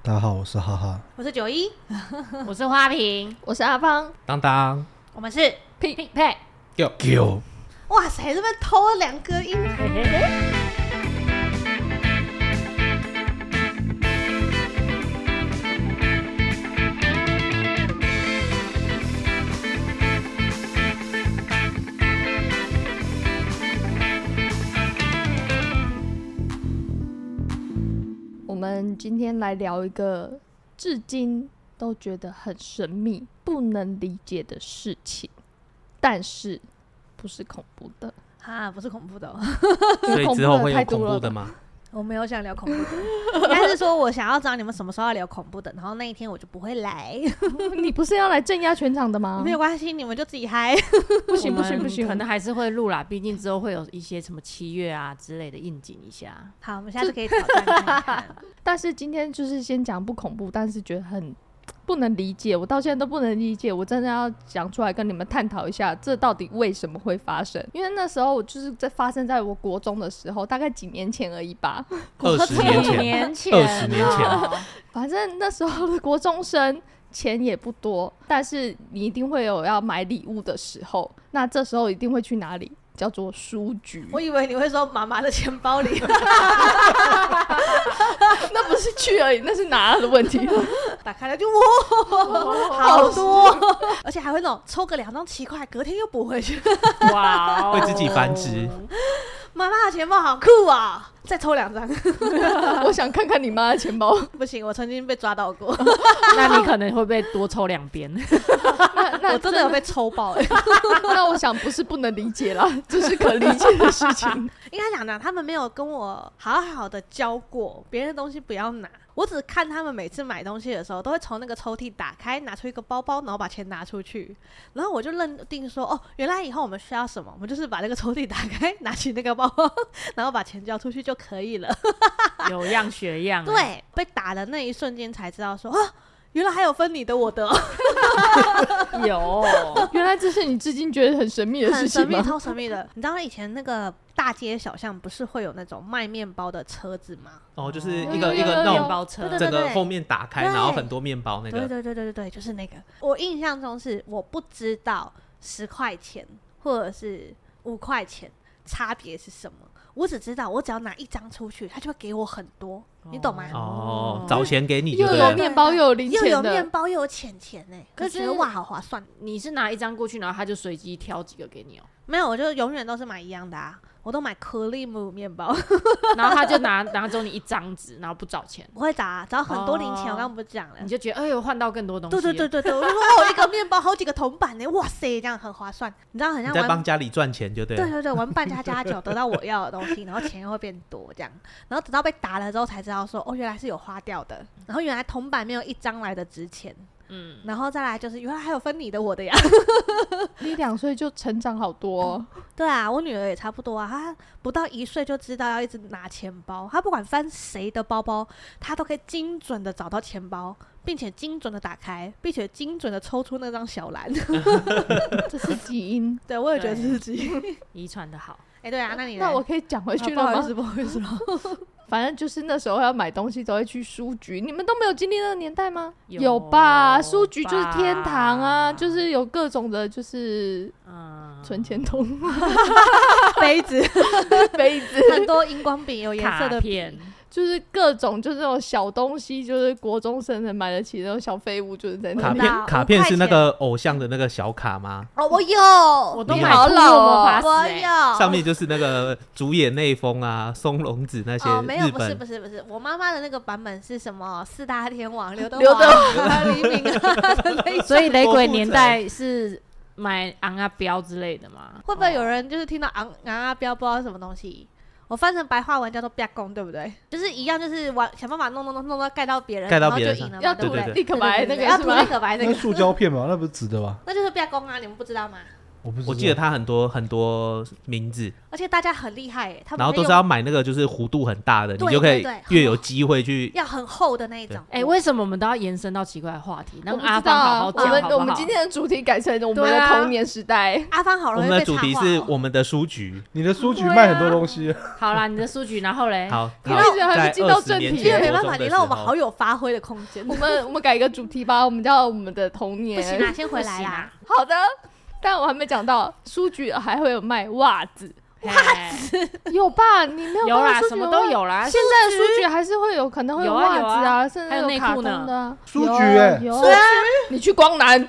大家好，我是哈哈。我是九一，我是花瓶，我是阿芳，当当我们是匹配。哟，有哇塞，这边偷了两个音符。我们今天来聊一个至今都觉得很神秘、不能理解的事情，但是不是恐怖的，啊，不是恐怖的、哦，因为所以恐怖之后的会太有恐多怖了的吧。吗？我没有想聊恐怖的，应该是说我想要找你们什么时候要聊恐怖的，然后那一天我就不会来，你不是要来镇压全场的吗？没有关系，你们就自己嗨。不行不行不行可能还是会录啦，毕竟之后会有一些什么七月啊之类的应景一下。好，我们下次可以挑战看看。但是今天就是先讲不恐怖，但是觉得很不能理解，我到现在都不能理解，我真的要讲出来跟你们探讨一下，这到底为什么会发生？因为那时候我就是在发生在我国中的时候，大概几年前而已吧。二哦十年前，年前20年前哦反正那时候的国中生钱也不多，但是你一定会有要买礼物的时候，那这时候一定会去哪里？叫做书局，我以为你会说妈妈的钱包里，那不是去而已，那是拿的问题。打开了就哇，好多，而且还会那种抽个两张七块，隔天又补回去。 哇哦会自己繁殖，妈妈的钱包好酷啊、再抽两张，我想看看你妈的钱包，不行，我曾经被抓到过，那你可能会被多抽两边。那那我真的有被抽爆、欸。那我想不是不能理解啦，这是可理解的事情。应该讲讲，他们没有跟我好好的教过，别人的东西不要拿。我只看他们每次买东西的时候，都会从那个抽屉打开，拿出一个包包，然后把钱拿出去。然后我就认定说，哦，原来以后我们需要什么，我们就是把那个抽屉打开，拿起那个包包，然后把钱交出去就可以了。有样学 样。，对，被打的那一瞬间才知道说，啊，原来还有分你的我的， 有哦原来这是你至今觉得很神秘的很事神情秘，吗？超神秘的。你知道以前那个大街小巷不是会有那种卖面包的车子吗？哦，就是有一有个一有个有那面种包车对对整对个后面打开，对然后很多面包那对个，对对对对对，就是那个。我印象中是我不知道十块钱或者是五块钱差别是什么，我只知道我只要拿一张出去，他就会给我很多，你懂吗？哦，找钱给你就又对有了。面包又有零又有钱面的，包又有钱钱呢、可可是是哇，好划算！你是拿一张过去，然后他就随机挑几个给你哦，没有，我就永远都是买一样的啊，我都买颗粒姆面包，然后他就拿 拿走你一张纸，然后不找钱，我会找找很多零钱，哦我刚刚不是讲了你。就觉得哎呦换到更多东西对了。对对对对，我就说哦，一个面包好几个铜板呢、哇塞，这样很划算。你知道很你像在玩帮家里赚钱就对对了。对对，玩扮家家酒得到我要的东西，然后钱又会变多这样，然后等到被打了之后才知道说，哦，原来是有花掉的，然后原来铜板没有一张来的值钱，嗯，然后再来就是原来还有分你的我的呀，你两岁就成长好多哦、对啊，我女儿也差不多啊，她不到一岁就知道要一直拿钱包，她不管翻谁的包包，她都可以精准的找到钱包，并且精准的打开，并且精准的抽出那张小蓝，这是基 因。对我也觉得对自己，遗传的好。 哎、对啊，那你那嘞我可以讲回啊去不了好意吗思，？不好意思了，反正就是那时候要买东西都会去书局，你们都没有经历那个年代吗？有吧，书局就是天堂啊，吧就是有各种的，就是嗯，存钱筒、杯子 杯子，很多荧光笔有颜色卡的笔。片，就是各种就是那种小东西，就是国中生能买得起那种小废物，就是在那卡里。我知道片卡片五块是钱那个偶像的那个小卡吗？哦，我有，我我都你买好骷髅老哦魔法石我欸有 上面就是那个竹野内丰啊、松隆子那些哦，没有，日不是本不是不是，我妈妈的那个版本是什么？四大天王刘德刘德华、 黎明啊的那一 种所以雷郭鬼富年城代是买昂啊标之类的嘛？会不会有哦？人就是听到昂昂啊标不知道是什么东西？我翻成白话文叫做“啪公”，对不对？就是一样，就是玩想办法弄弄弄弄到盖到别人，盖到然后别人就赢了嘛，要对不涂对对对立可白对那对个 要是涂那吗？个白那那个，塑胶片嘛，那不是纸的吧？那就是“啪公”啊，你们不知道吗？我不知道我记得它很多很多名字，而且大家很厉害欸耶，他们然后会都是用要买那个就是弧度很大的，你对就可以对对越有机会去。要很厚的那一种。哎、为什么我们都要延伸到奇怪的话题？让我不阿知道芳好啊好我讲好们不好？我们今天的主题改成我们对的啊童年时代。阿芳好我容易们被的主题插话是哦我们的书局。你的书局对啊卖很多东西，好啦，你的书局，然后哎嘞，好，你好为什么还在没进到20正 年因题为前没办国中法，的你时让我们候好有发挥的空间。我们我们改一个主题吧，我们叫我们的童不年。行啊啦，先回来啦。 好的，但我还没讲到，书局还会有卖袜子， 嘿有吧？你 没有啊有逛啦，书什局么吗都。有啦。现在的书局还是会有可能会有啊袜有子啊甚还有至内卡裤通呢的啊。书有局欸有哦啊，你去光南，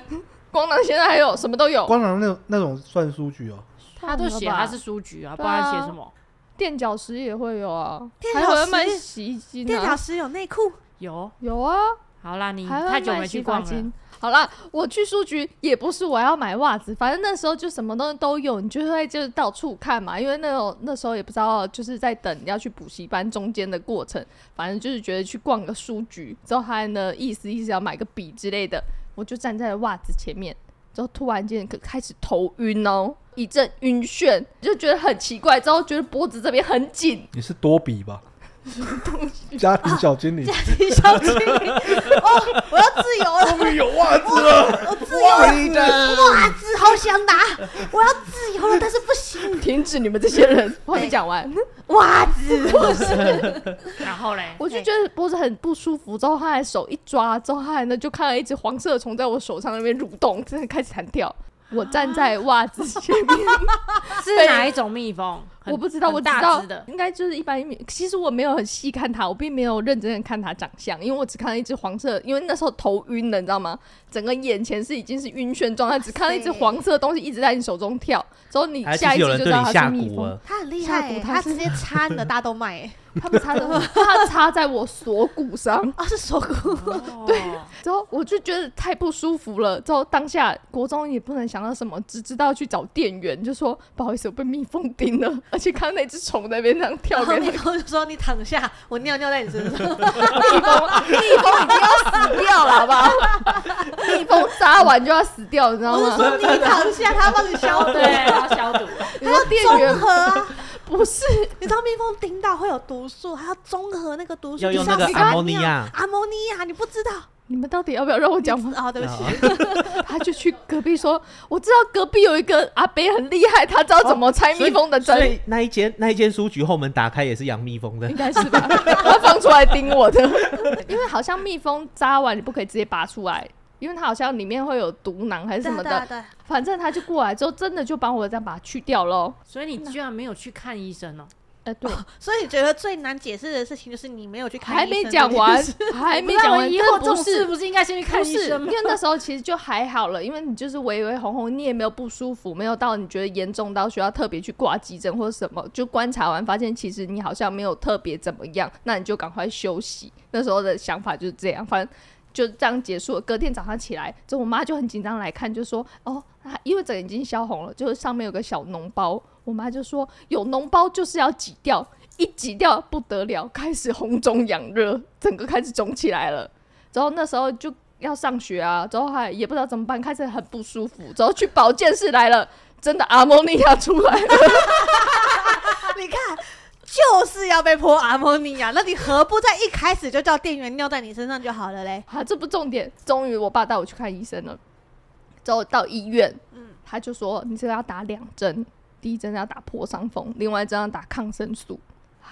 光南现在还有什么都有。光南那种那种算书局哦、他都写他是书局啊，不对然啊写什么？垫脚石也会有啊，垫还脚有石卖洗衣机垫脚呢，石有内 裤，有，有啊，好啦，你还有太久买没洗去发逛了。精。好啦，我去书局也不是我要买袜子，反正那时候就什么东西都有，你就会就是到处看嘛。因为那种那时候也不知道，就是在等要去补习班中间的过程，反正就是觉得去逛个书局之后，还呢意思意思要买个笔之类的，我就站在了袜子前面，之后突然间开始头晕哦，一阵晕眩，就觉得很奇怪，之后觉得脖子这边很紧，你是多比吧？家庭小精灵，你小精灵哦，我要自由了， 终于有袜子了，哦我自由了，袜子。袜子好想拿，我要自由了，但是不行， 停止你们这些人！ 我还没讲完，袜 子，然后嘞，我就觉得脖子很不舒服，之后他还手一抓，之后他还呢就看到一只黄色的虫在我手上那边蠕动，真的开始弹跳。我啊站在袜子前面， 是被哪一种蜜蜂？很我不知道，很我只知大道只 的，应该就是一般一米。其实我没有很细看它，我并没有认真的看它长相，因为我只看到一只黄色，因为那时候头晕了，你知道吗？整个眼前是已经是晕眩状态，只看到一只黄色的东西一直在你手中跳，之后你 还哎其下实一有次人就知对道你它下是蜜蛊蜂。了，他很厉下害蛊欸，他他是直接插你的大动 脉欸，他们插的，它插在我锁骨上。啊是锁骨，对，之后我就觉得太不舒服了，之后当下国中也不能想到什么，只知道去找店员，就说不好意思，我被蜜蜂叮了，而且看到那只虫在那边这样 跳然后给蜜 那蜂就说你躺下，我尿尿在你身上，蜜蜂，蜜蜂已经要死掉了，好不好？蜜蜂扎完就要死掉，你知道我是 吗？说你躺下，他帮 你消毒，对，要消毒。你说店综员合啊，不是你知道蜜蜂叮到会有毒素，还要综合那个毒素，要用就像那个你刚刚阿莫尼亚啊尿阿莫尼亚，你不知道你们到底要不要让我讲完？啊？对不起，他就去隔壁说，我知道隔壁有一个阿伯很厉害，他知道怎么拆蜜蜂的针。所以那一间那一间书局后门打开也是养蜜蜂的嗯应，该是吧？ 他放出来叮我的， 因为好像蜜蜂扎完你不可以直接拔出来，因为它好像里面会有毒囊还是对什啊么对的啊。对啊，反正他就过来之后，真的就帮我这样把它去掉喽。所以你居然没有去看医生哦？哎、对，所以你觉得最难解释的事情就是你没有去看，还没讲完，还没讲完，以这后不这种是事不是应该先去看不医是，生因吗为？那时候其实就还好了，因为你就是微微红红，你也没有不舒服，没有到你觉得严重到需要特别去挂急诊或者什么。就观察完发现，其实你好像没有特别怎么样，那你就赶快休息。那时候的想法就是这样，反正。就这样结束了。隔天早上起来，之后我妈就很紧张来看，就说：“哦，啊因为整个已经消红了，就是上面有个小脓包。”我妈就说：“有脓包就是要挤掉，一挤掉不得了，开始红肿痒热，整个开始肿起来了。”之后那时候就要上学啊，之后还也不知道怎么办，开始很不舒服，之后去保健室来了，真的阿莫尼亚出来 了，你看，就是要被泼阿莫尼亚，那你何不在一开始就叫店员尿在你身上就好了嘞？啊，这不重点。终于我爸带我去看医生了，之后到医院，他就说你这个要打两针，第一针要打破伤风，另外一针要打抗生素，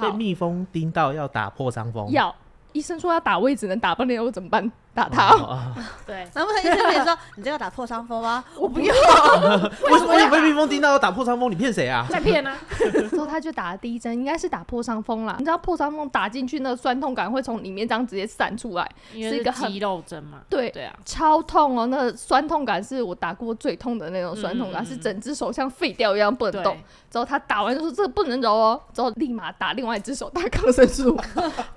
被好蜜蜂叮到要打破伤风。要。医生说要打，我也只能打，不然我怎么办？打他哦、哦哦哦对，难不成医生跟你说你这个打破伤风吗？ 我不要。为什么你被蜜蜂叮到要打破伤风？你骗 谁啊？在骗啊！之后他就打了第一针，应该是打破伤风啦。你知道破伤风打进去，那个酸痛感会从里面这样直接散出来，因是一为个是很哎肌肉针嘛。对对啊，超痛哦，那个酸痛感是我打过最痛的那种酸痛感，嗯嗯嗯是整只手像废掉一样不能动对。，之后他打完就说这个不能揉哦，之后立马打另外一只手打抗生 素，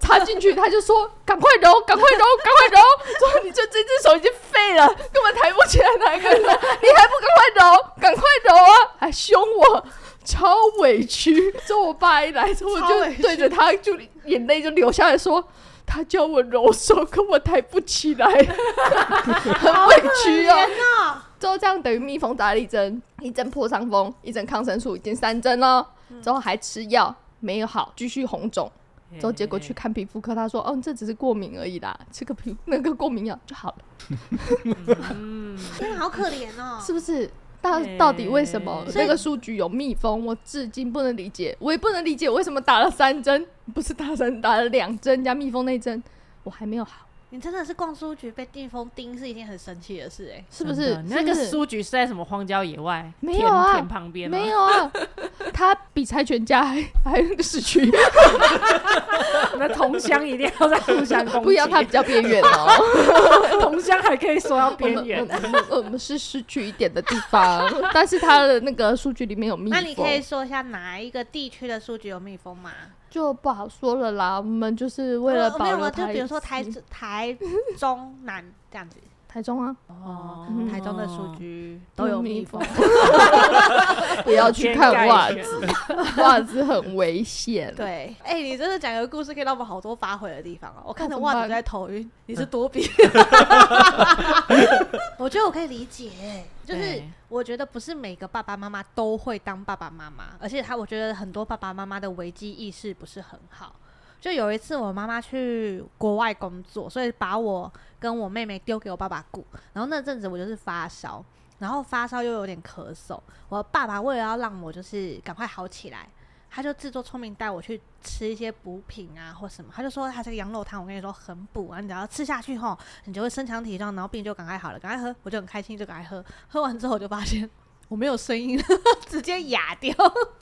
插进去他就说赶快揉，赶快揉，赶快揉。之后你就这只手已经废了，根本抬不起来，哪一个 人你还不赶快揉，赶快揉啊，还凶我。超委屈，之后我爸一来之后，我超就委屈对着他就眼泪就流下来说，他叫 我揉手，可我抬不起来，很委屈哦。天哪！周这样等于蜜蜂打了一针，一针破伤风，一针抗生素，已经三针了。嗯之后还吃药没有好，继续红肿。之后结果去看皮肤科，他说：“哦，这只是过敏而已啦，吃个皮那个过敏药就好了。 嗯，天啊，好可怜哦”！是不是？到嘿到底为什么所那个数据有蜜蜂？我至今不能理解，我也不能理解为什么打了三针，不是打了三打了两针加蜜蜂那一针，我还没有好，你真的是逛书局被蜜蜂叮是一件很神奇的事哎、是不真是的？那是个不是书局是在什么荒郊野外？没有啊田田旁边吗没有啊，他比柴犬家还还市区， 那同乡一定要在互相攻击，不要 他比较边缘哦，同乡还可以 说要我边们缘我。们我们是市区一点的地方，但是他的那个数据里面有蜜蜂，那你可以说一下哪一个地区的书局有蜜蜂吗？就不好说了啦。我们就是为了我没保有啊，留就台，比如说台台中南这样子，台中啊，哦嗯台中的书局都有蜜蜂。不要去看天袜 盖子雪，袜子很危险。，对，哎、你真的讲个故事，可以让我们好多发挥的地方哦。我看那着怎么袜子办在头晕，你是多 比，我觉得我可以理解，就是对我觉得不是每个爸爸妈妈都会当爸爸妈妈，而且他我觉得很多爸爸妈妈的危机意识不是很好。就有一次，我妈妈去国外工作，所以把我跟我妹妹丢给我爸爸顾。然后那阵子我就是发烧，然后发烧又有点咳嗽。我爸爸为了要让我就是赶快好起来，他就自作聪明带我去吃一些补品啊或什么，他就说他这个羊肉汤，我跟你说很补啊，你只要吃下去吼，你就会身强体壮，然后病就赶快好了，赶快喝，我就很开心，就赶快喝。喝完之后我就发现。我没有声音了， 直接哑掉。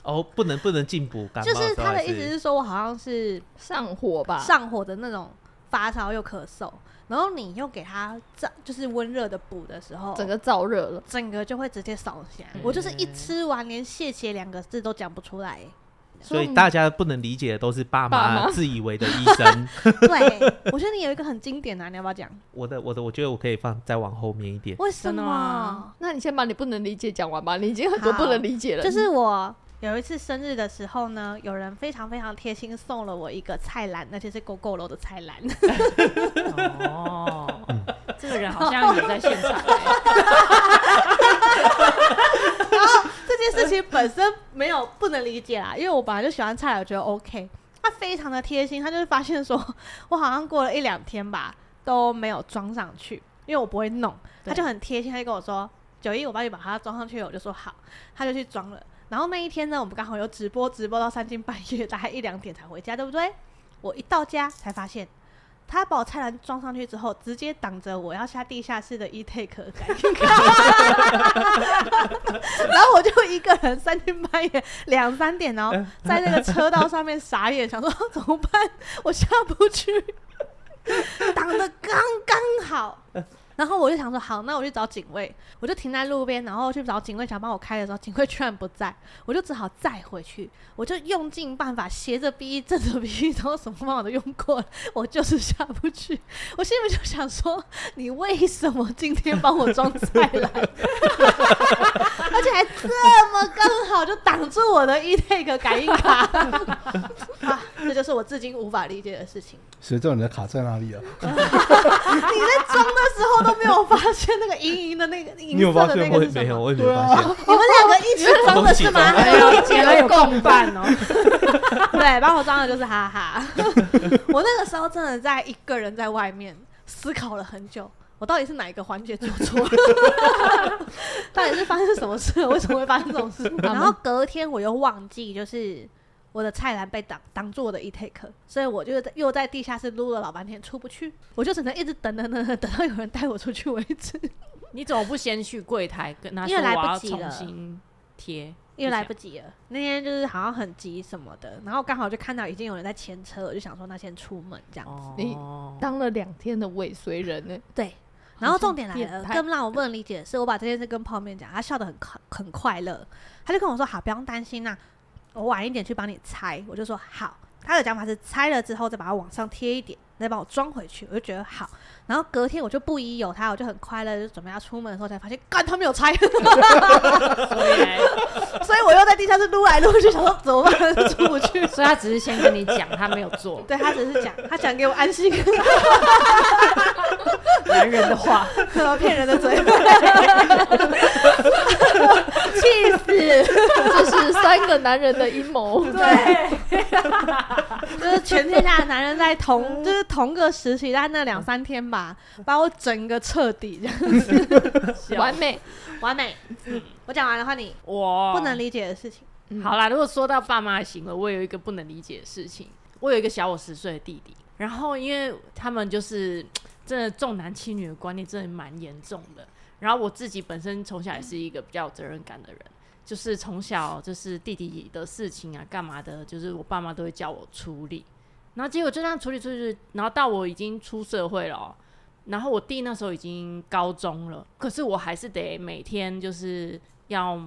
哦，不能不能进补，感冒就是时候他的还啊意思是说，我好像是上火吧，上火的那种发烧又咳嗽，然后你又给他这就是温热的补的时候，整个燥热了。整个就会直接烧起来。嗯我就是一吃完，连谢谢两个字都讲不出 来。所所以以大家不能理解的都是爸爸妈妈自以为的医生。对，我觉得你有一个很经典的、啊，你要不要 讲？我的我的，我觉得我可以放再往后面一点。为什真的么吗？嗯那你先把你不能理解讲完吧，你已经很多好不能理解了。就是我有一次生日的时候呢，有人非常非常贴心送了我一个菜篮，而且是狗狗楼的菜篮。哦，这个人好像也在现场欸。这件事情本身没有不能理解啦，因为我本来就喜欢菜，我觉得 OK。他非常的贴心，他就是发现说我好像过了一两天吧都没有装上去，因为我不会弄，对他就很贴心，他就跟我说九一我帮你把它装上去了，我就说好，他就去装了。然后那一天呢，我们刚好有直播，直播到三更半夜，大概一两点才回家，对不对？我一到家才发现，他把我菜篮装上去之后，直接挡着我要下地下室的 e take 感应卡，然后我就一个人三更半夜两三点哦，在那个车道上面傻眼，想说怎么办，我下不去，挡的刚刚好。然后我就想说，好，那我去找警卫，我就停在路边，然后去找警卫想帮我开的时候，警卫居然不在，我就只好再回去，我就用尽办法斜着逼、正着逼，然后什么方法都用过了，我就是下不去。我心里面就想说，你为什么今天帮我装菜篮？而且还这么刚好就挡住我的 e take 感应卡 啊！这就是我至今无法理解的事 情。谁知道你的卡在哪里啊？啊你在装的时候都没有发现那个莹莹的那个银你有色发的 那现个我也是什没有，么？我也没对啊发现。你们两个一起装的是吗？ 哎呦，结了有共伴哦， 对，帮我装的就是哈哈。 我那个时候真的在一个人在外面思考了很久，我到底是哪一个环节做错 了？到底是发生什么事了？ 为什么会发生这种事？然后隔天我又忘记，就是我的菜篮被挡挡住我的 e take，所以我就在又在地下室撸了老半天出不去，我就只能一直等等等等等到有人带我出去为止，你怎么不先去柜台跟他因说为我来不要及了重新贴？因为来不及了。那天就是好像很急什么的，然后刚好就看到已经有人在牵车，我就想说那先出门这样。哦，你当了两天的尾随人呢、嗯对，然后重点来变了，态更让我不能理解的是，我把这件事跟泡面讲，他笑得很快很快乐，他就跟我说：“好，不用担心呐、我晚一点去帮你拆。”我就说：“好。”他的讲法是拆了之后再把它往上贴一点，再帮我装回去，我就觉得好。然后隔天我就不疑有他，我就很快乐，就准备要出门的时候才发现，干他没有拆， 所以来所以我又在地下室撸来撸去，想说怎么办， 出不去。所以他只是先跟你讲，他没有做对他只是讲，他讲给我安心感。男人的话， 骗人的嘴巴，气死！ 这是三个男人的阴谋。对，就是全天下的男人在同就是同个时期，在那两三天吧，把我整个彻底这样完美，完美。我讲完了，换你哇，不能理解的事情。好啦，如果说到爸妈的行为，我有一个不能理解的事情。我有一个小我十岁的弟弟，然后因为他们就是真的重男轻女的观念真的蛮严重的。然后我自己本身从小也是一个比较有责任感的人，就是从小就是弟弟的事情啊干嘛的，就是我爸妈都会叫我处理。然后结果就这样处理处理处理，然后到我已经出社会了哦、然后我弟那时候已经高中了，可是我还是得每天就是要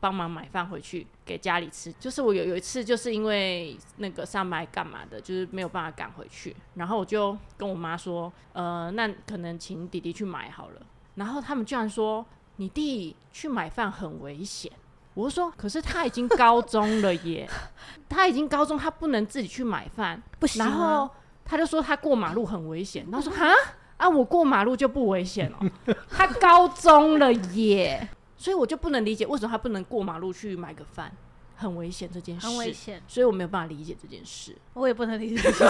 帮忙买饭回去给家里吃。就是我有有一次就是因为那个上班干嘛的，就是没有办法赶回去，然后我就跟我妈说，呃，那可能请弟弟去买好了。然后他们居然说你弟去买饭很危险。我就说，可是他已经高中了耶， 他已经高中，他不能自己去买饭。不行啊 然后他就说他过马路很危险。然后说哈啊，我过马路就不危险哦， 他高中了耶，所以我就不能理解为什么他不能过马路去买个饭，很危险这件事，很危险，所以我没有办法理解这件事。我也不能理解。 我就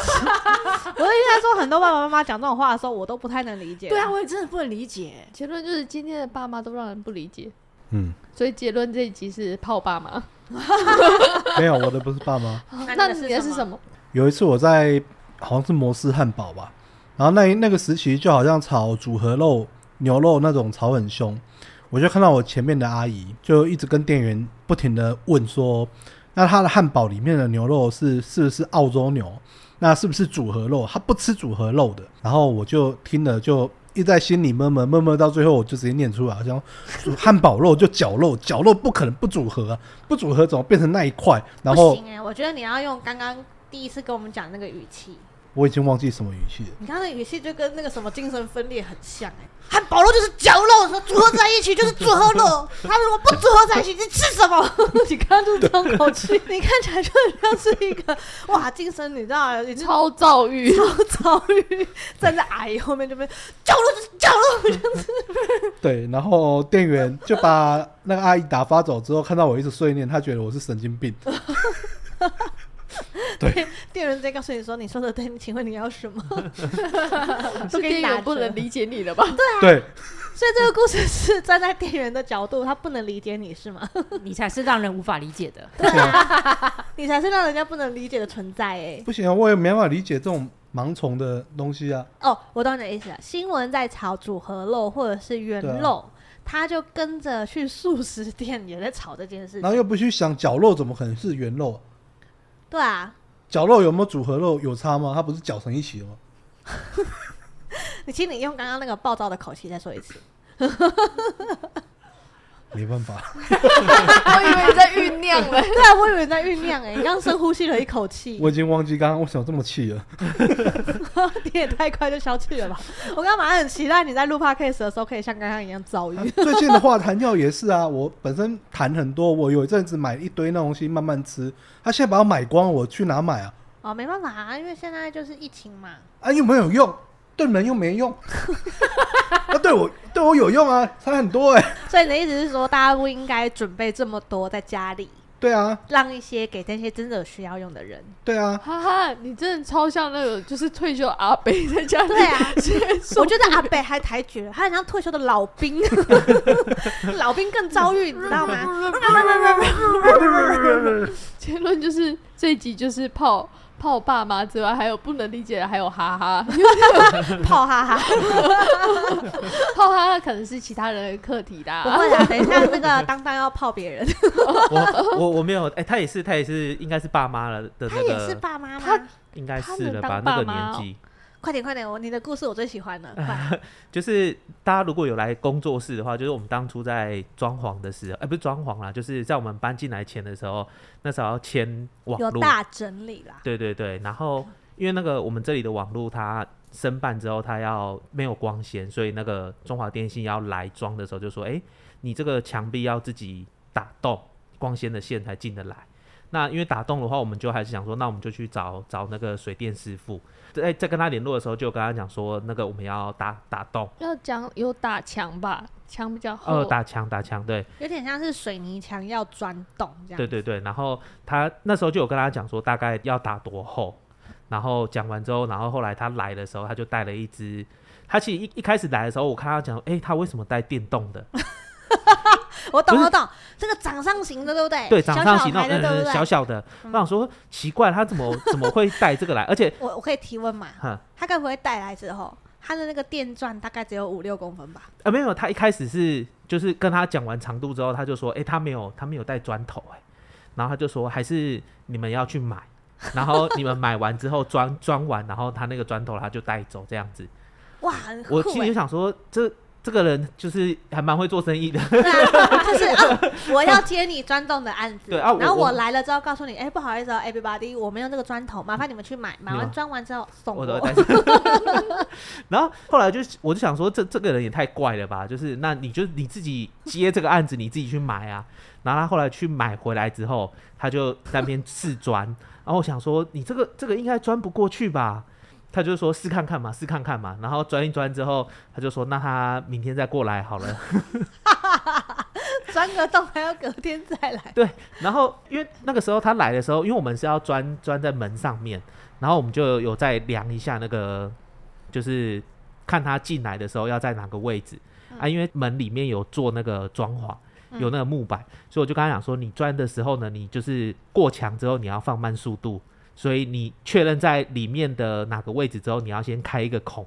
应该说，很多爸爸妈妈讲这种话的时候，我都不太能理解。对啊，，我也真的不能理解。结论就是今天的爸妈都让人不理解，嗯，所以结论这一集是泡爸妈。 没有，我的不是爸妈。哦那你的是什？么？有一次我在好像是摩斯汉堡吧，然后那那个时期就好像炒组合肉、牛肉那种炒很凶，我就看到我前面的阿姨就一直跟店员不停的问说，那她的汉堡里面的牛肉是是不是澳洲牛？那是不是组合肉？她不吃组合肉的。然后我就听了就。一直在心里闷闷闷闷，到最后我就直接念出来，好像汉堡肉就绞肉，绞肉不可能不组合啊，不组合怎么变成那一块？然不后行哎、我觉得你要用刚刚第一次跟我们讲那个语气，我已经忘记什么语气了。你刚刚的语气就跟那个什么精神分裂很像哎、汉堡肉就是绞肉，说组合在一起就是组合 肉，他如果不组合在一起，你吃什么？你刚刚就是这种口气， 你看起来就很像是一个哇，精神你知道，你 是超躁 郁。超遭遇站在阿姨后面这边绞肉就是绞肉，对，然后店员就把那个阿姨打发走之后，看到我一直碎念，他觉得我是神经病。店员直接告诉你说你说的对，请问你要什么？ 是给店你打员不折能理解你了吧？对，对，所以这个故事是站在店员的角度，他不能理解你是吗？ 你才是让人无法理解 的。不行 啊，你才是让人家不能理解的存在哎、不行啊，我也没办法理解这种盲从的东西啊。哦，我懂你的意思了。新闻在炒组合肉或者是圆对啊肉，他就跟着去素食店也在炒这件事然后情。又不去想绞肉怎么可能是原肉啊？对啊，绞肉有没有组合肉有差吗？它不是绞成一起的吗？你请你用刚刚那个暴躁的口气再说一次。没办法，我以为你在酝酿对了。啊，我以为你在酝酿哎，你刚深呼吸了一口气，我已经忘记刚刚为什么这么气了。你也太快就消气了吧？我刚刚马上很期待你在录 podcast 的时候可以像刚刚一样遭遇。最近的话，弹药也是啊，我本身弹很多，我有一阵子买一堆那东西慢慢吃，他现在把我买光，我去哪买啊？哦，没办法啊，因为现在就是疫情嘛。啊，又没有用，对人又没 用，那、对我对我有用啊，差很多哎、所以你的意思是说，大家不应该准备这么多在家里，对啊，让一些给那些真的有需要用的人。对啊，哈哈，你真的超像那个就是退休阿伯在家里。对 啊我我觉得阿北还抬举了，他很像退休的老兵，老兵更遭遇，你知道吗？结论就是这一集就是泡泡爸妈之外，还有不能理解的，还有哈哈， 泡哈哈，泡哈哈可能是其他人的课题不 啦。会啦，等一下那个当当要泡别 人，我我我没有，哎、他也是，他也是，应该是爸妈了的他那也是个，爸妈吗他？应该他是们了当吧？爸那个妈年哦纪，快点快点，我你的故事我最喜欢了，快！就是大家如果有来工作室的话，就是我们当初在装潢的时候，哎、不是装潢啦，就是在我们搬进来前的时候，那时候要签网有络，大整理啦，对对对，然后因为那个我们这里的网络它申办之后，它要没有光纤，所以那个中华电信要来装的时候就说，哎、你这个墙壁要自己打洞，光纤的线才进得来。那因为打洞的话，我们就还是想说，那我们就去找找那个水电师傅。在在跟他联络的时候，就跟他讲说，那个我们要打打洞，要讲有打墙吧，墙比较厚。呃，打墙打墙，对有点像是水泥墙要钻洞这样。对对对。然后他那时候就有跟他讲说，大概要打多厚。然后讲完之后，然后后来他来的时候，他就带了一只。他其实一一开始来的时候，我看他讲，哎、他为什么带电动的？哎我懂不是我懂，这个掌上型的对不对？对，掌上型小那小台种的对嗯不对？小小的。我想说奇怪，他怎么怎么会带这个来？而且，我我可以提问嘛？哈他该不会带来之后，他的那个电钻大概只有五六公分吧？啊，没有，他一开始是就是跟他讲完长度之后，他就说，哎、他没有他没有带砖头、哎，然后他就说还是你们要去买，然后你们买完之后装装完，然后他那个砖头他就带走这样子。哇，很酷我心里就欸！想说，这这个人就是还蛮会做生意的。就是啊，我要接你钻洞的案子，对啊我然后我我来了之后告诉你，哎，不好意思哦，everybody，我们用这个砖头，麻烦你们去买，买没有完砖完之后送我我。哎都会担心。 然后后来就我就想说，这这个人也太怪了吧？就是那你就你自己接这个案子，你自己去买啊。然后他后来去买回来之后，他就在那边试钻。然后我想说，你这个这个应该钻不过去吧？他就说试看看嘛，试看看嘛。然后钻一钻之后，他就说那他明天再过来好了。钻个洞还要隔天再来， 然后因为那个时候他来的时候，因为我们是要钻钻在门上面，然后我们就有再量一下那个，就是看他进来的时候要在哪个位置、啊，因为门里面有做那个装潢。有那个木板，所以我就跟他讲说，你钻的时候呢，你就是过墙之后你要放慢速度，所以你确认在里面的哪个位置之后，你要先开一个孔，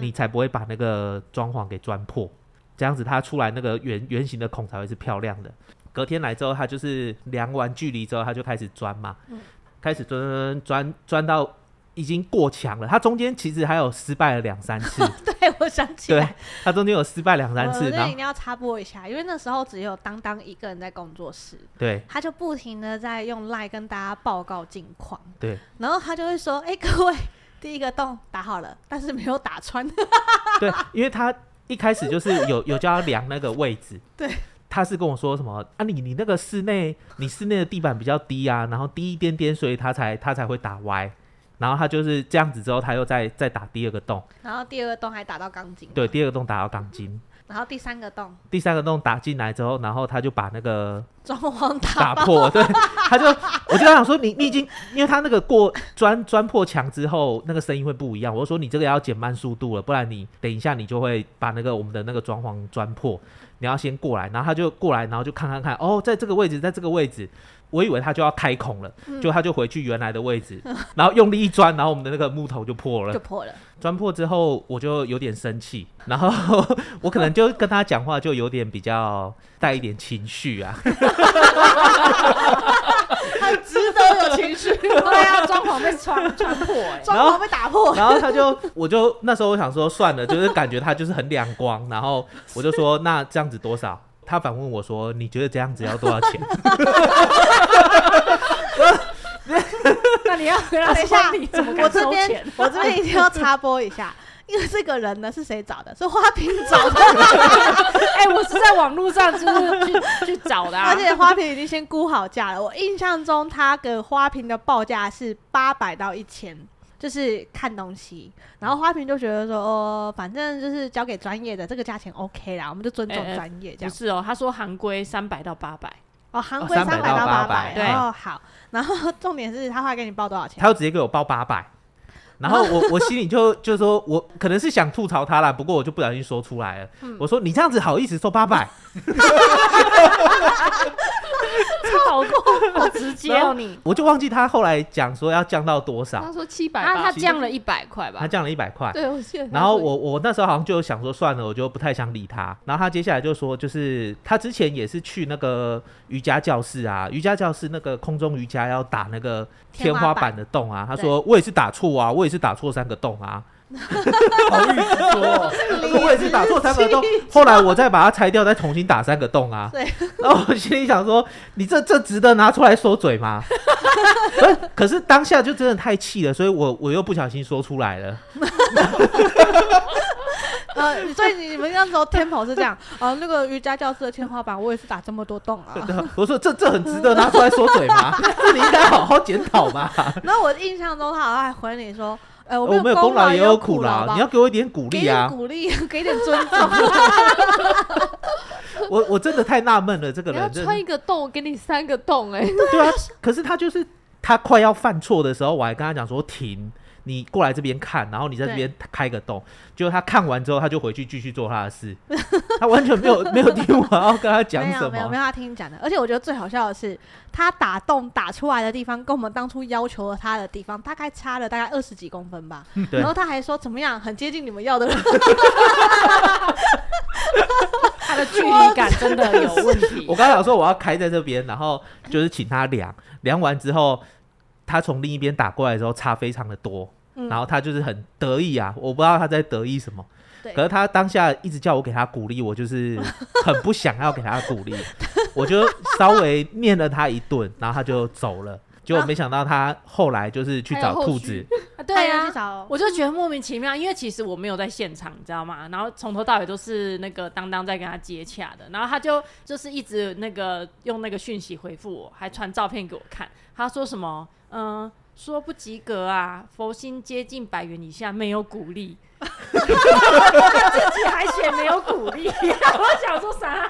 你才不会把那个装潢给钻破，这样子它出来那个圆圆形的孔才会是漂亮的。隔天来之后，他就是量完距离之后，他就开始钻嘛，嗯开始钻钻钻钻到已经过墙了。他中间其实还有失败了两三次，对我想起对来，他中间有失败两三我次，哦那然一后定要插播一下，因为那时候只有当当一个人在工作室，对他就不停的在用赖跟大家报告近况，对，然后他就会说：“哎、各位，第一个洞打好了，但是没有打穿。 对，因为他一开始就是有有叫他量那个位置， 对，他是跟我说什么啊你你那个室内你室内的地板比较低啊，然后低一点点，所以他才他才会打歪。然后他就是这样子之后，他又再再打第二个洞，”然后第二个洞还打到钢筋，对，第二个洞打到钢筋，然后第三个洞第三个洞打进来之后，然后他就把那个装潢打打爆，破，对，他就我就想说你你已经，因为他那个过钻钻破墙之后，那个声音会不一样。我就说你这个要减慢速度了，不然你等一下你就会把那个我们的那个装潢钻破。你要先过来，然后他就过来，然后就看看看，哦，在这个位置，在这个位置，我以为他就要开孔了，就他就回去原来的位置，然后用力一钻，然后我们的那个木头就破了就。破了。钻破之后，我就有点生气，然后我可能就跟他讲话就有点比较带一点情绪啊。很值得有情绪， 对啊，装潢被穿穿破哎、欸装然后潢被打 破，然后他就，我就那时候我想说算了，就是感觉他就是很两光，然后我就说那这样子多少？他反问我说你觉得这样子要多少钱？那你要跟他等一下说啊你怎么我敢这收边钱？ 我这边一定要插播一下，因为这个人呢是谁找的？是花瓶找 的，哎、我是在网络上就是去去找的、啊，而且花瓶已经先估好价了。我印象中他给花瓶的报价是八百到一千。就是看东西，然后花瓶就觉得说，哦，反正就是交给专业的，这个价钱 OK 啦，我们就尊重哎哎专业这不样。是哦，他说行规三百到八百，哦，行哦规300三到到800对哦好。然后重点是他后来给你报多少钱他？就直接给我报八百，然后我我心里就就说我可能是想吐槽他啦，不过我就不小心说出来了，我说你这样子好意思说八百？好过 好直接哦你。我就忘记他后来讲说要降到多少，他说七百啊，吧，他降了一百块吧他？降了一百块。对我记得他 说。然后我我那时候好像就想说算了，我就不太想理他。然后他接下来就说，就是他之前也是去那个瑜伽教室啊，瑜伽教室那个空中瑜伽要打那个天花板的洞啊。他说我也是打错啊，我也是打错三个洞 啊，好意思说哦，我也是 打错三个洞。后来我再把它拆掉，再重新打三个洞啊。对。然后我心里想说，你这这值得拿出来说嘴吗？ 不是可是当下就真的太气了，所以我我又不小心说出来了。呃，所以你们那时候 temple 是这样，呃，那个瑜伽教室的天花板我也是打这么多洞啊。我说这这很值得拿出来说嘴吗？这你应该好好检讨 嘛。然后我印象中他好像还回你说，呃，我没们有功功劳也也有苦苦劳吧，劳，你要给我一点鼓给励点啊！鼓励，给点尊重。我我真的太纳闷了，这个你要人真穿一个洞，我给你三个洞、哎，对啊，可是他就是他快要犯错的时候，我还跟他讲说停，你过来这边看，然后你在这边开个洞。结果他看完之后，他就回去继续做他的事， 他完全没有没有听我要跟他讲没什有没有没么。有，他听你讲的。而且我觉得最好笑的是，他打洞打出来的地方跟我们当初要求的他的地方大概差了大概二十几公分吧。对然后他还说怎么样，很接近你们要的。他的距离感真的有问题。 我刚才想说我要开在这边，然后就是请他量，量完之后，他从另一边打过来的时候差非常的多，嗯然后他就是很得意啊，我不知道他在得意什么。对可是他当下一直叫我给他鼓励，我就是 很不想要给他鼓励，我就稍微念了他一顿，然后他就走了。结果没想到他后来就是去还有找后兔续子，啊他对也啊去，找我就觉得莫名其妙，因为其实我没有在现场，你知道吗？然后从头到尾都是那个当当在跟他接洽的，然后他就就是一直那个用那个讯息回复我，还传照片给我看，他说什么，嗯、说不及格啊，佛心接近百元以下没有鼓励。 他自己还写没有鼓励、 我想说啥？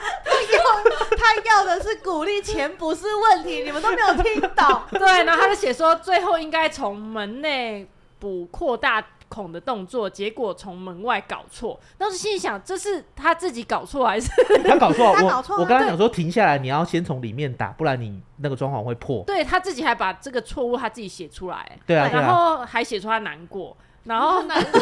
他要的是鼓励，钱不是问题，你们都没有听懂。 对，啊然后他就写说，最后应该从门内补扩大孔的动作，结果从门外搞错。当时心里想，这是他自己搞错还是？他搞错了，他我搞错我了跟他讲说停下来，你要先从里面打，不然你那个装潢会 破。对他自己还把这个错误他自己写出来，对啊，对然啊，后还写出他难过。然 后难过，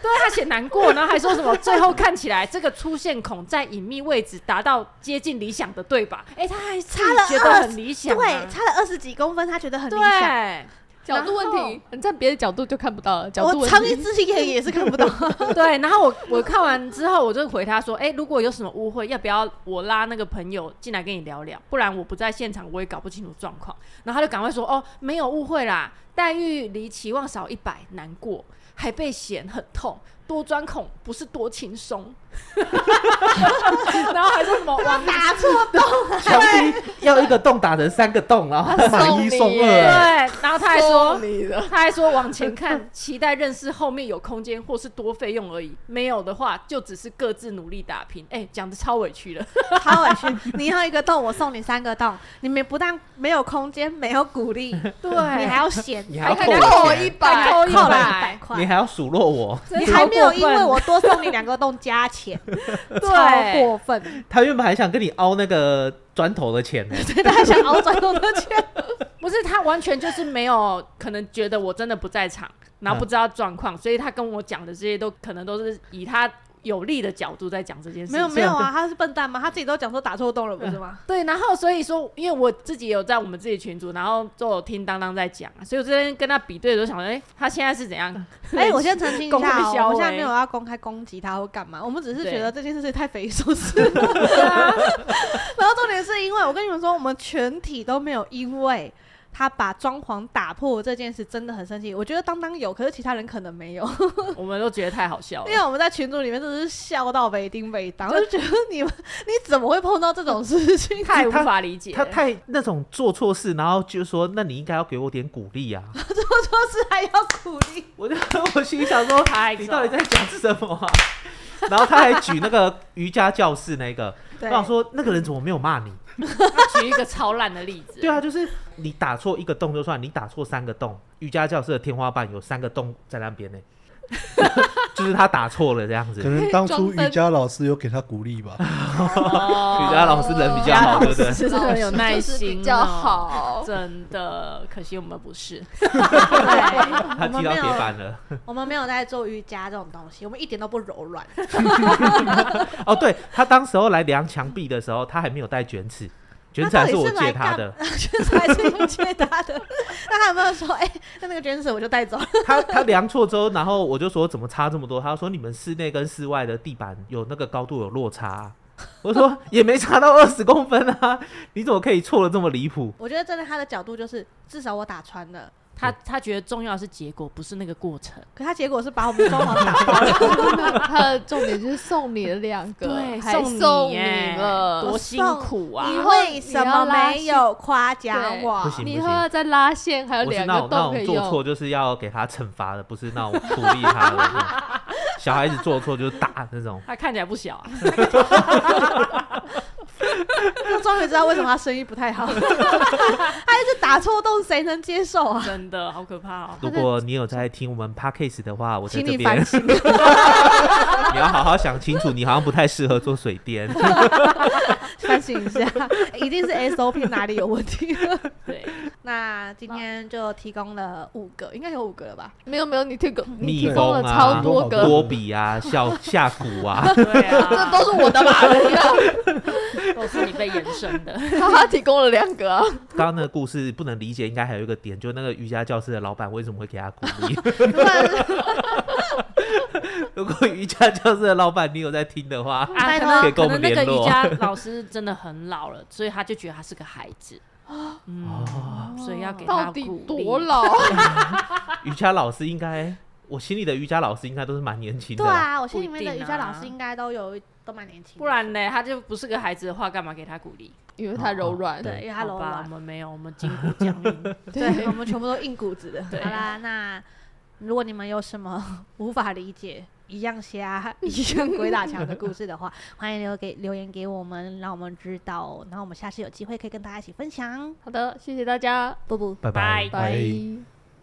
对他写难过，然后还说什么？最后看起来这个出现孔在隐秘位置达到接近理想的，对吧？哎，他还自己差了觉得20很理想、啊，对，差了二十几公分，他觉得很理想。对，角度问题，你站别的角度就看不到了，角度我问长一题。只眼也是看不懂。 对，然后我我看完之后，我就回他说：“哎、如果有什么误会，要不要我拉那个朋友进来跟你聊聊？不然我不在现场，我也搞不清楚状况。”然后他就赶快说：“哦，没有误会啦，待遇离期望少一百，难过，还被嫌很痛，多钻孔不是多轻松。” 然后还说什么往打错洞，强逼要一个洞打成三个洞，然后买一送送你对，二，哎然后他还说送你的他还说往前看，期待认识后面有空间或是多费用而已，没有的话就只是各自努力打拼。哎、讲的超委屈了，好委屈！你要一个洞，我送你三个洞。你们不但没有空间，没有鼓励，你对，还要嫌，你还要还扣扣我一钱百扣扣了一一百百，你块，还要数落我。你真还没有超过因分为我多送你两个洞加钱，超对过分！他原本还想跟你凹那个砖头的钱呢、对，他还想熬转洞的钱， 不是他完全就是没有可能觉得我真的不在场，然后不知道状况，所以他跟我讲的这些都可能都是以他有利的角度在讲这件事情。没有没有啊，他是笨蛋吗？他自己都讲说打错洞了，不是吗？对，然后所以说，因为我自己也有在我们自己群组，然后都有听当当在讲，啊所以我这边跟他比对的时候想说，哎、他现在是怎 样？ 哎，我先澄清一公开下哦，销我现在欸没有要公开攻击他或干嘛，我们只是对觉得这件事情太匪夷所思了。然后重点是因为我跟你们说，我们全体都没有因为。他把装潢打破这件事真的很生气，我觉得当当有，可是其他人可能没有，我们都觉得太好笑 因为了。我们在群组里面真的是笑到北丁北当，我就觉得你们你怎么会碰到这种事 情？太无法理解，他太那种做错事，然后就说：“那你应该要给我点鼓励啊做错事还要鼓励，！”我就 我心里想说太：“你到底在讲什么啊？” 然后他还举那个瑜伽教室那个，我对，想说那个人怎么没有骂你？他举一个超烂的例子，对啊，就是你打错一个洞就算，你打错三个洞，瑜伽教室的天花板有三个洞在那边呢、就是他打错了这样子。可能当初瑜伽老师有给他鼓励吧。 哦 瑜伽老师人比较好，对不对？哦是真的有耐就是心、哦比较，好。 真的。可惜我们不是，他踢到铁板了。我们没有在做瑜伽这种东西，我们一点都不柔软，哦，对他当时候来量墙壁的时候，他还没有带卷尺，卷尺还是我借他 的。确实还是有接他的。 那他有没有说，哎、那那个卷尺我就带走了？ 他他量错之后，然后我就说怎么差这么多？他说你们室内跟室外的地板有那个高度有落差啊、我说也没差到二十公分啊，你怎么可以错的这么离谱？我觉得真的他的角度就是，至少我打穿了。 他他觉得重要的是结果，不是那个过程。可他结果是把我们装 潢打爆，他的重点就是送你了两个，还送送耶了，多我辛送苦啊！你为什么没有夸奖我不？行你以后要再拉线，还有我是两那个种那洞可种以做用。错就是要给他惩罚的，不是那种鼓励他的那种。小孩子做错就是打那种，他看起来不小、啊，我 终于知道为什么他生意不太好， 他一直打错洞，谁能接受啊？ 真的好可怕哦！如果你有在听我们 podcast 的话，我在请这你边反省。 你要好好想清楚，你好像不太适合做水电。反省一下，一定是 SOP 哪里有问题。 对， 那今天就提供了五个，应该有五个了吧？没有没有，你提供你蜜提供了蜂超啊，多个个，多比啊，下下蛊啊，对这 啊，都是我 的吧？你看都是你被延伸 的。啊 他提供了两个啊，刚刚那个故事不能理解，应该还有一个点，就那个瑜伽教室的老板为什么会给他鼓励？ 如果瑜伽教室的老板你有在听的话，啊，拜可托可能以跟可我能们那个联瑜络伽老师真的很老了，所以他就觉得他是个孩 子，嗯，哦，所以要给他到底鼓励。多老？ 瑜伽老师应该，我心里的瑜伽老师应该都是蛮年轻的对啦。啊，我心里面的瑜不一定啊伽老师应该都有一都蛮年轻的，不然呢，他就不是个孩子的话，干嘛给他鼓励？因为他柔软，哦对，因为他嗯好柔吧，我 软，们没有，我们筋骨僵硬。对 我们全部都硬骨子的。 对好啦，那如果你们有什么无法理解、一样瞎、一一样样鬼打墙的故事的话， 欢迎留给留言给我们，让我们知道。然后我们下次有机会可以跟大家一起分享。好的，谢谢大家，不不。 拜拜拜。